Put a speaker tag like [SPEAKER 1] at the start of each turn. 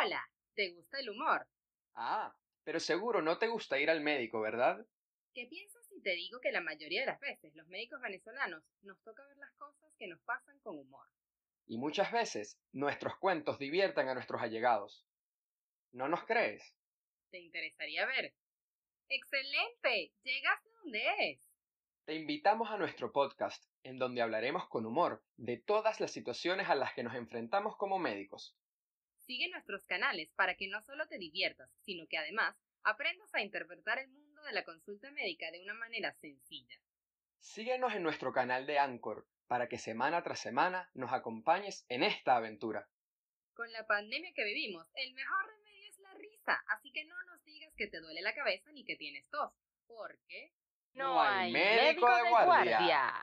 [SPEAKER 1] Hola, ¿te gusta el humor?
[SPEAKER 2] Ah, pero seguro no te gusta ir al médico, ¿verdad?
[SPEAKER 1] ¿Qué piensas si te digo que la mayoría de las veces los médicos venezolanos nos toca ver las cosas que nos pasan con humor?
[SPEAKER 2] Y muchas veces nuestros cuentos diviertan a nuestros allegados. ¿No nos crees?
[SPEAKER 1] ¿Te interesaría ver? ¡Excelente! Llegaste donde es.
[SPEAKER 2] Te invitamos a nuestro podcast, en donde hablaremos con humor de todas las situaciones a las que nos enfrentamos como médicos.
[SPEAKER 1] Sigue nuestros canales para que no solo te diviertas, sino que además aprendas a interpretar el mundo de la consulta médica de una manera sencilla.
[SPEAKER 2] Síguenos en nuestro canal de Anchor para que semana tras semana nos acompañes en esta aventura.
[SPEAKER 1] Con la pandemia que vivimos, el mejor remedio es la risa, así que no nos digas que te duele la cabeza ni que tienes tos, porque
[SPEAKER 2] No hay médico de guardia.